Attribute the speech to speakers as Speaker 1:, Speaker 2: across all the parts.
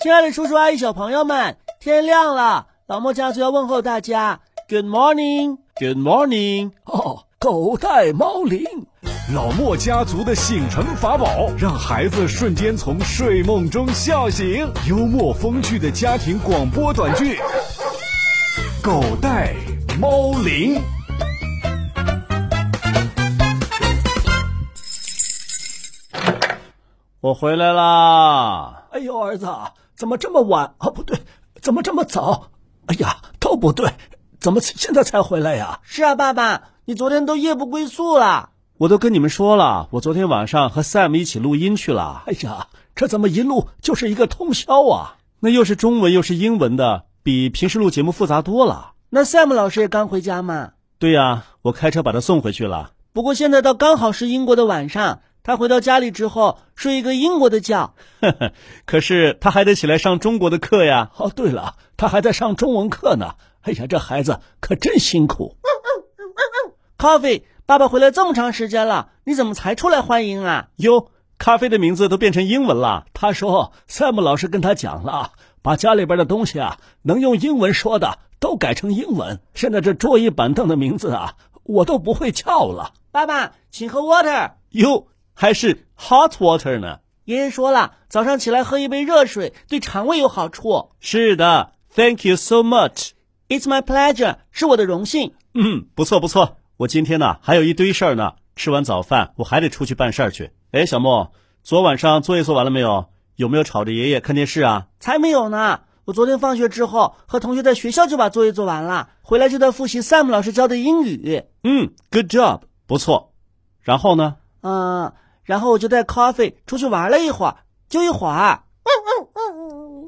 Speaker 1: 亲爱的叔叔阿姨、小朋友们，天亮了，老莫家族要问候大家。Good morning，Good morning。
Speaker 2: 哦，狗带猫铃，
Speaker 3: 老莫家族的醒神法宝，让孩子瞬间从睡梦中笑醒。幽默风趣的家庭广播短剧，《狗带猫铃》。
Speaker 1: 我回来啦！
Speaker 2: 哎呦，儿子，怎么这么晚啊？不对，怎么这么早？哎呀，都不对，怎么现在才回来呀？
Speaker 1: 是啊，爸爸，你昨天都夜不归宿了。我都跟你们说了，我昨天晚上和 Sam 一起录音去了。
Speaker 2: 哎呀，这怎么一录就是一个通宵啊？
Speaker 1: 那又是中文又是英文的，比平时录节目复杂多了。那 Sam 老师也刚回家嘛？对呀、啊，我开车把他送回去了。不过现在倒刚好是英国的晚上。他回到家里之后睡一个英国的觉， 可是他还得起来上中国的课呀。
Speaker 2: 哦，对了，他还在上中文课呢。哎呀，这孩子可真辛苦。
Speaker 1: Coffee，爸爸回来这么长时间了，你怎么才出来欢迎啊？哟，咖啡的名字都变成英文了。
Speaker 2: 他说，Sam 老师跟他讲了，把家里边的东西啊，能用英文说的都改成英文。现在这桌椅板凳的名字啊，我都不会叫了。
Speaker 1: 爸爸，请喝 water。哟。还是 hot water 呢？爷爷说了，早上起来喝一杯热水对肠胃有好处。是的，Thank you so much. It's my pleasure，是我的荣幸。嗯，不错不错。我今天呢、啊、还有一堆事儿呢，吃完早饭我还得出去办事儿去。哎，小莫，昨晚上作业做完了没有？有没有吵着爷爷看电视啊？才没有呢！我昨天放学之后和同学在学校就把作业做完了，回来就在复习 Sam 老师教的英语。嗯，Good job，不错。然后呢？嗯、呃。然后我就带 Coffee 出去玩了一会儿，就一会儿。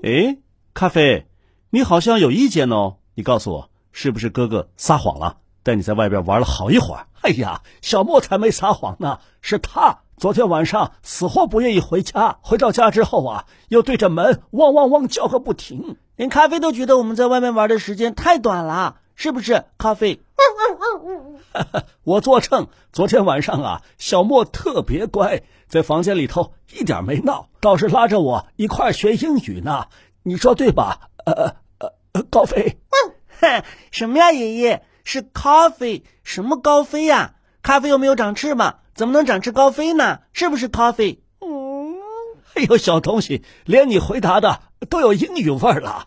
Speaker 1: 哎，咖啡，你好像有意见哦。你告诉我，是不是哥哥撒谎了，带你在外边玩了好一会儿？
Speaker 2: 哎呀，小莫才没撒谎呢，是他昨天晚上死活不愿意回家，回到家之后啊，又对着门汪汪汪叫个不停，
Speaker 1: 连咖啡都觉得我们在外面玩的时间太短了，是不是，咖啡？
Speaker 2: 我作证，昨天晚上啊，小莫特别乖，在房间里头一点没闹，倒是拉着我一块学英语呢。你说对吧？呃呃呃，高飞、
Speaker 1: 嗯，什么呀，爷爷是高飞，什么高飞呀、啊？咖啡又没有长翅膀，怎么能长翅高飞呢？是不是咖啡？
Speaker 2: 嗯，哎呦，小东西，连你回答的都有英语味儿了。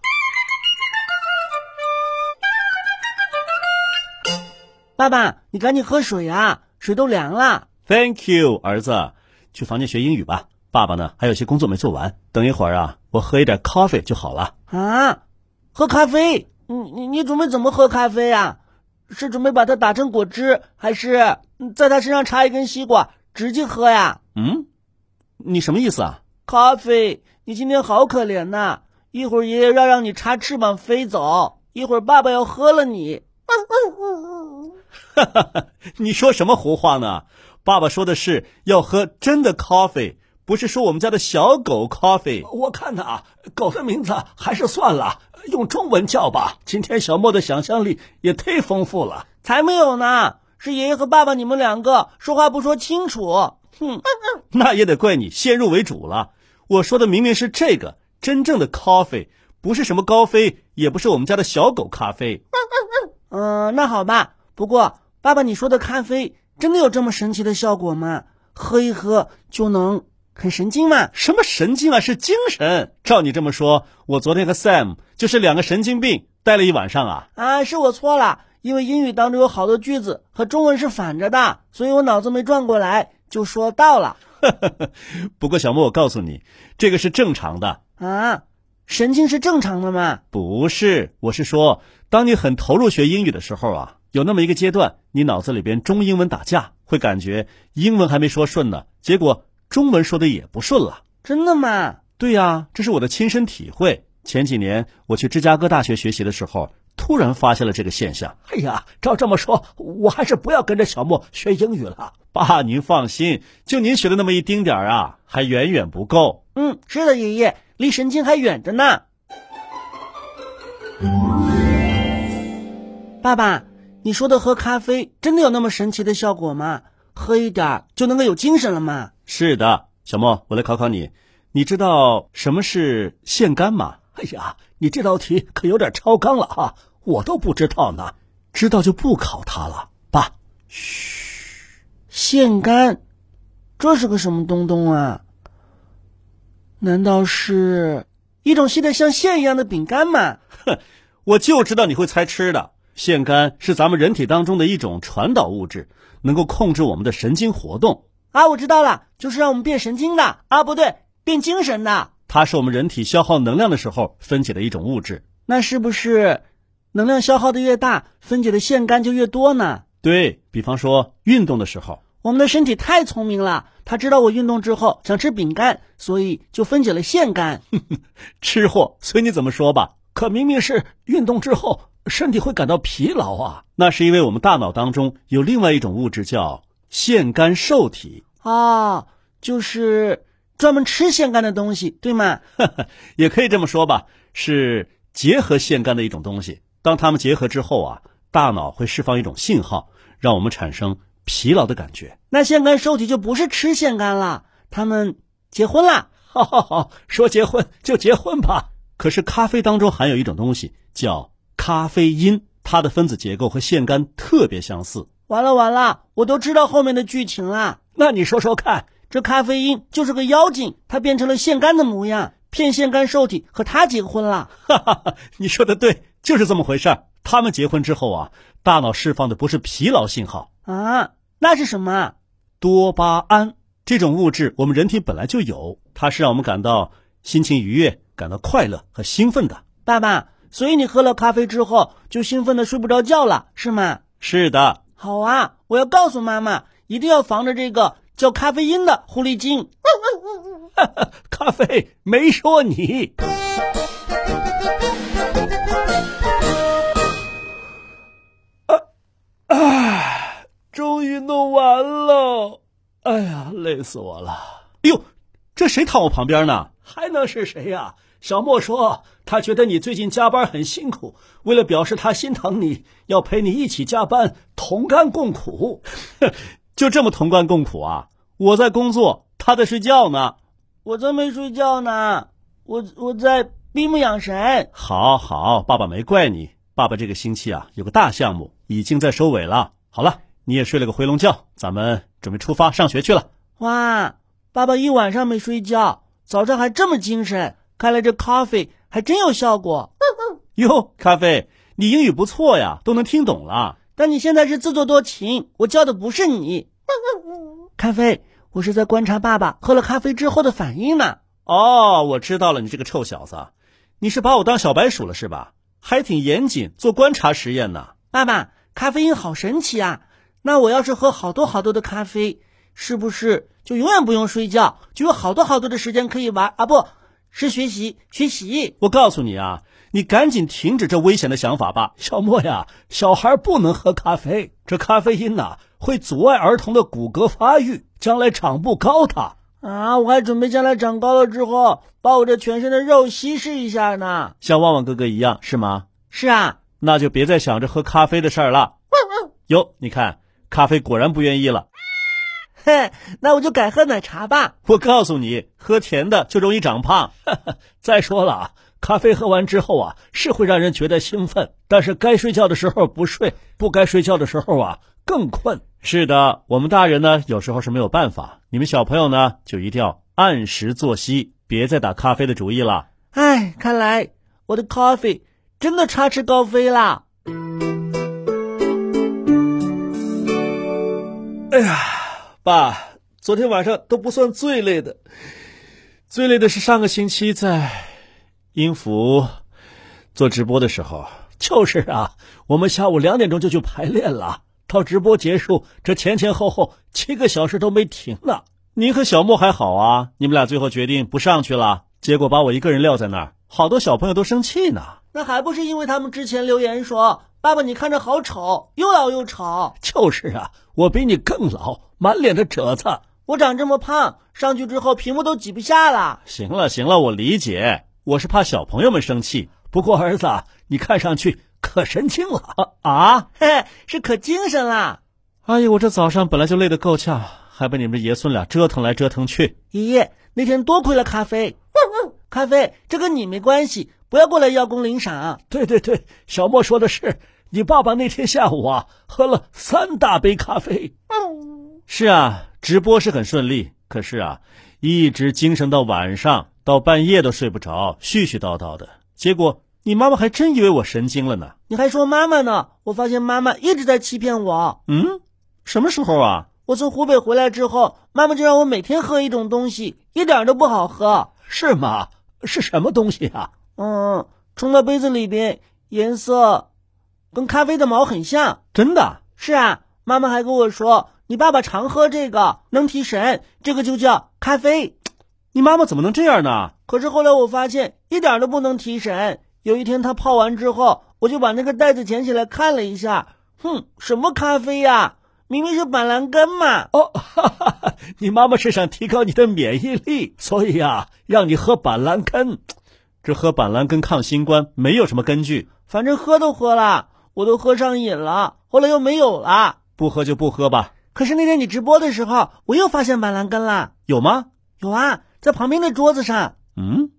Speaker 1: 爸爸，你赶紧喝水啊，水都凉了。Thank you，儿子，去房间学英语吧。爸爸呢，还有些工作没做完，等一会儿啊，我喝一点 coffee 就好了。啊，喝咖啡？你你你准备怎么喝咖啡啊？是准备把它打成果汁，还是嗯在他身上插一根吸管直接喝呀？嗯，你什么意思啊？Coffee，你今天好可怜呐、啊！一会儿爷爷要让你插翅膀飞走，一会儿爸爸要喝了你。哈哈， 你说什么胡话呢？爸爸说的是要喝真的 coffee，不是说我们家的小狗 coffee。
Speaker 2: 我看呐、啊，狗的名字还是算了，用中文叫吧。今天小莫的想象力也忒丰富了。
Speaker 1: 才没有呢，是爷爷和爸爸你们两个说话不说清楚。哼、嗯， 那也得怪你先入为主了。我说的明明是这个真正的 coffee，不是什么高飞，也不是我们家的小狗咖啡。嗯、呃，那好吧。不过，爸爸，你说的咖啡真的有这么神奇的效果吗？喝一喝就能很神经吗？什么神经啊？是精神。照你这么说，我昨天和 Sam 就是两个神经病，待了一晚上啊。啊，是我错了，因为英语当中有好多句子和中文是反着的，所以我脑子没转过来，就说到了。不过小莫，我告诉你，这个是正常的啊。神经是正常的吗？不是，我是说，当你很投入学英语的时候啊，有那么一个阶段，你脑子里边中英文打架，会感觉英文还没说顺呢，结果中文说的也不顺了。真的吗？对呀、啊，这是我的亲身体会。前几年我去芝加哥大学学习的时候，突然发现了这个现象。
Speaker 2: 哎呀，照这么说，我还是不要跟着小莫学英语了。
Speaker 1: 爸，您放心，就您学的那么一丁点儿啊，还远远不够。嗯，是的，爷爷。离神经还远着呢，爸爸，你说的喝咖啡真的有那么神奇的效果吗？喝一点就能够有精神了吗？是的，小莫，我来考考你，
Speaker 2: 你知道什么是腺苷吗？
Speaker 4: 哎呀，你这道题可有点超纲了啊！我都不知道呢，
Speaker 2: 知道就不考它了。爸，
Speaker 1: 腺苷，这是个什么东东啊？难道是一种吸得像线一样的饼干吗？
Speaker 2: 我就知道你会猜吃的。腺苷是咱们人体当中的一种传导物质，能够控制我们的神经活动。
Speaker 1: 啊，我知道了，就是让我们变神经的啊，不对，变精神的。
Speaker 2: 它是我们人体消耗能量的时候分解的一种物质。
Speaker 1: 那是不是能量消耗的越大，分解的腺苷就越多呢？
Speaker 2: 对比方说运动的时候，
Speaker 1: 我们的身体太聪明了，它知道我运动之后想吃饼干，所以就分解了腺苷。
Speaker 2: 吃货，随你怎么说吧。
Speaker 4: 可明明是运动之后身体会感到疲劳啊，
Speaker 2: 那是因为我们大脑当中有另外一种物质叫腺苷受体，
Speaker 1: 啊，就是专门吃腺苷的东西，对吗？
Speaker 2: 也可以这么说吧，是结合腺苷的一种东西。当它们结合之后啊，大脑会释放一种信号，让我们产生疲劳的感 觉。
Speaker 1: 那腺苷受体就不是吃腺苷了，他们结婚啦。
Speaker 4: 好好好，说结婚就结婚吧。
Speaker 2: 可是咖啡当中含有一种东西叫咖啡因，它的分子结构和腺苷特别相似。
Speaker 1: 完了完了，我都知道后面的剧情啦。
Speaker 4: 那你说说看，
Speaker 1: 这咖啡因就是个妖精，它变成了腺苷的模样，骗腺苷受体和他结婚了。
Speaker 2: 哈哈哈，你说的对，就是这么回事儿。他们结婚之后啊，大脑释放的不是疲劳信号，
Speaker 1: 啊，那是什么啊？
Speaker 2: 多巴胺这种物质，我们人体本来就有，它是让我们感到心情愉悦、感到快乐和兴奋的。
Speaker 1: 爸爸，所以你喝了咖啡之后就兴奋的睡不着觉了，是吗？
Speaker 2: 是的，
Speaker 1: 好啊，我要告诉妈妈，一定要防着这个叫咖啡因的狐狸精。
Speaker 4: 咖啡没说你。啊啊！终于弄完了，哎呀，累死我了！
Speaker 2: 哎呦，这谁躺我旁边呢？
Speaker 4: 还能是谁呀、小莫说，他觉得你最近加班很辛苦，为了表示他心疼你，要陪你一起加班，同甘共苦。
Speaker 2: 就这么同甘共苦啊？我在工作，他在睡觉呢。
Speaker 1: 我才没睡觉呢，我我在闭目养神。
Speaker 2: 好好，爸爸没怪你。爸爸这个星期啊，有个大项目已经在收尾了。好了，你也睡了个回笼觉，咱们准备出发上学去了。
Speaker 1: 哇，爸爸一晚上没睡觉，早上还这么精神，看来这咖啡还真有效果。
Speaker 2: 哟，咖啡，你英语不错呀，都能听懂了。
Speaker 1: 但你现在是自作多情，我叫的不是你。咖啡，我是在观察爸爸喝了咖啡之后的反应呢。
Speaker 2: 哦，我知道了，你这个臭小子，你是把我当小白鼠了是吧？还挺严谨，做观察实验呢。
Speaker 1: 爸爸，咖啡因好神奇啊！那我要是喝好多好多的咖啡，是不是就永远不用睡觉，就有好多好多的时间可以玩啊？不是学习，学习。
Speaker 2: 我告诉你啊，你赶紧停止这危险的想法吧。
Speaker 4: 小莫呀，小孩不能喝咖啡，这咖啡因呐、会阻碍儿童的骨骼发育，将来长不高大。
Speaker 1: 啊，我还准备将来长高了之后，把我这全身的肉稀释一下呢。
Speaker 2: 像旺旺哥哥一样是吗？
Speaker 1: 是啊，
Speaker 2: 那就别再想着喝咖啡的事儿了。哟，你看，咖啡果然不愿意了。
Speaker 1: 嘿，那我就改喝奶茶吧。
Speaker 2: 我告诉你，喝甜的就容易长胖。
Speaker 4: 再说了啊，咖啡喝完之后啊，是会让人觉得兴奋，但是该睡觉的时候不睡，不该睡觉的时候啊更困。
Speaker 2: 是的，我们大人呢有时候是没有办法，你们小朋友呢就一定要按时作息，别再打咖啡的主意了。
Speaker 1: 唉，哎看来我的 coffee 真的插翅高飞啦。
Speaker 2: 爸，昨天晚上都不算最累的，最累的是上个星期在音符做直播的时候。
Speaker 4: 就是啊，我们下午两点钟就去排练了，到直播结束，这前前后后七个小时都没停呢。
Speaker 2: 您和小莫还好啊，你们俩最后决定不上去了，结果把我一个人撂在那儿，好多小朋友都生气呢。
Speaker 1: 那还不是因为他们之前留言说：“爸爸，你看着好丑，又老又丑。
Speaker 4: 就是啊，我比你更老，满脸的褶子。
Speaker 1: 我长这么胖，上去之后屏幕都挤不下了。
Speaker 2: 行了行了，我理解，我是怕小朋友们生气。
Speaker 4: 不过儿子啊，你看上去可神经了。
Speaker 2: 啊，”
Speaker 1: 嘿嘿，是可精神啦！
Speaker 2: 哎呀，我这早上本来就累得够呛，还被你们爷孙俩折腾来折腾去。
Speaker 1: 爷爷，那天多亏了咖啡。嗯嗯，咖啡，这跟你没关系，不要过来邀功领赏。
Speaker 4: 对对对，小莫说的是，你爸爸那天下午啊，喝了三大杯咖啡。
Speaker 2: 是啊，直播是很顺利，可是啊，一直精神到晚上，到半夜都睡不着，絮絮叨叨的。结果你妈妈还真以为我神经了呢。
Speaker 1: 你还说妈妈呢？我发现妈妈一直在欺骗我。
Speaker 2: 嗯，什么时候啊？
Speaker 1: 我从湖北回来之后，妈妈就让我每天喝一种东西，一点都不好喝。
Speaker 4: 是吗？是什么东西啊？
Speaker 1: 嗯，冲到杯子里边，颜色跟咖啡的毛很像。
Speaker 2: 真的？
Speaker 1: 是啊，妈妈还跟我说，你爸爸常喝这个，能提神，这个就叫咖啡。
Speaker 2: 你妈妈怎么能这样呢？
Speaker 1: 可是后来我发现一点都不能提神。有一天她泡完之后，我就把那个袋子捡起来看了一下，哼，什么咖啡呀、明明是板蓝根嘛！
Speaker 4: 哦，哈哈哈你妈妈是想提高你的免疫力，所以啊，让你喝板蓝根。
Speaker 2: 这喝板蓝根抗新冠没有什么根据，
Speaker 1: 反正喝都喝了，我都喝上瘾了，后来又没有了。
Speaker 2: 不喝就不喝吧。
Speaker 1: 可是那天你直播的时候，我又发现板蓝根了。
Speaker 2: 有吗？
Speaker 1: 有啊，在旁边的桌子上
Speaker 2: 嗯，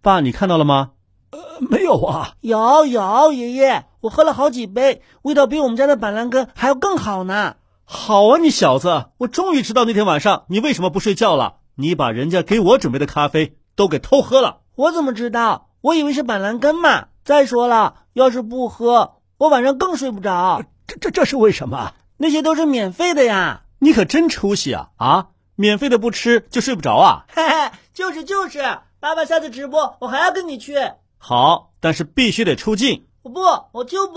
Speaker 2: 爸，你看到了吗？呃
Speaker 4: 没有啊？
Speaker 1: 有有，爷爷，我喝了好几杯，味道比我们家的板蓝根还要更好呢。
Speaker 2: 好啊，你小子，我终于知道那天晚上你为什么不睡觉了。你把人家给我准备的咖啡哎都给偷喝了。
Speaker 1: 我怎么知道？我以为是板蓝根嘛。再说了，要是不喝，我晚上更睡不着。
Speaker 4: 这这这是为什么？
Speaker 1: 那些都是免费的呀，
Speaker 2: 你可真出息啊！啊，免费的不吃就睡不着啊。
Speaker 1: 嘿嘿， 就是就是。爸爸下次直播我还要跟你去，
Speaker 2: 好，但是必须得出镜。
Speaker 1: 我不，我就不。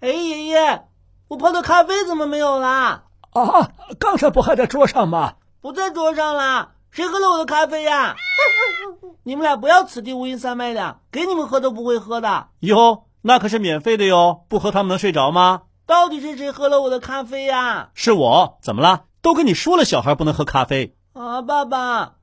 Speaker 1: 哎，爷爷，我泡的咖啡怎么没有啦？
Speaker 4: 啊，刚才不还在桌上吗？
Speaker 1: 不在桌上啦，谁喝了我的咖啡呀？ 你们俩不要此地无银三百两，给你们喝都不会喝的。
Speaker 2: 哟，那可是免费的哟，不喝他们能睡着吗？
Speaker 1: 到底是谁喝了我的咖啡呀？
Speaker 2: 是我，怎么了？都跟你说了，小孩不能喝咖啡。
Speaker 1: 啊，爸爸，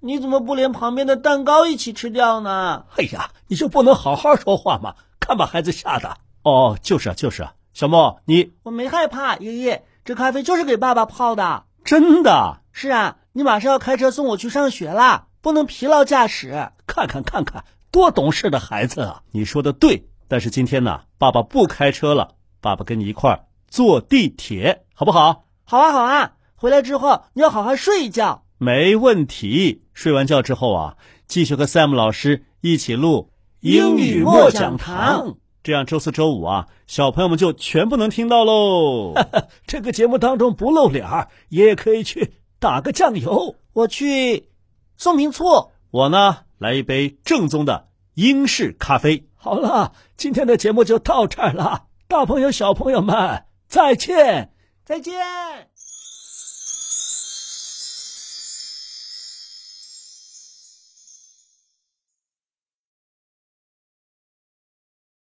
Speaker 1: 你怎么不连旁边的蛋糕一起吃掉呢？
Speaker 4: 哎呀，你就不能好好说话吗？看把孩子吓的。
Speaker 2: 哦，就是啊，就是啊，小莫，你
Speaker 1: 我没害怕，爷爷，这咖啡就是给爸爸泡的。
Speaker 2: 真的
Speaker 1: 是啊，你马上要开车送我去上学啦，不能疲劳驾驶。
Speaker 4: 看看看看，多懂事的孩子啊！
Speaker 2: 你说的对，但是今天呢，爸爸不开车了，爸爸跟你一块儿坐地铁，好不好？
Speaker 1: 好啊，好啊，回来之后你要好好睡一觉。
Speaker 2: 没问题。睡完觉之后啊，继续和 Sam 老师一起录
Speaker 4: 英语
Speaker 1: 默
Speaker 4: 讲堂，
Speaker 2: 这样周四周五啊，小朋友们就全部能听到喽。
Speaker 4: 这个节目当中不露脸儿，爷爷可以去打个酱油。
Speaker 1: 我去送瓶醋。
Speaker 2: 我呢，来一杯正宗的英式咖啡。
Speaker 4: 好了，今天的节目就到这儿了，大朋友小朋友们再见。
Speaker 1: 再见。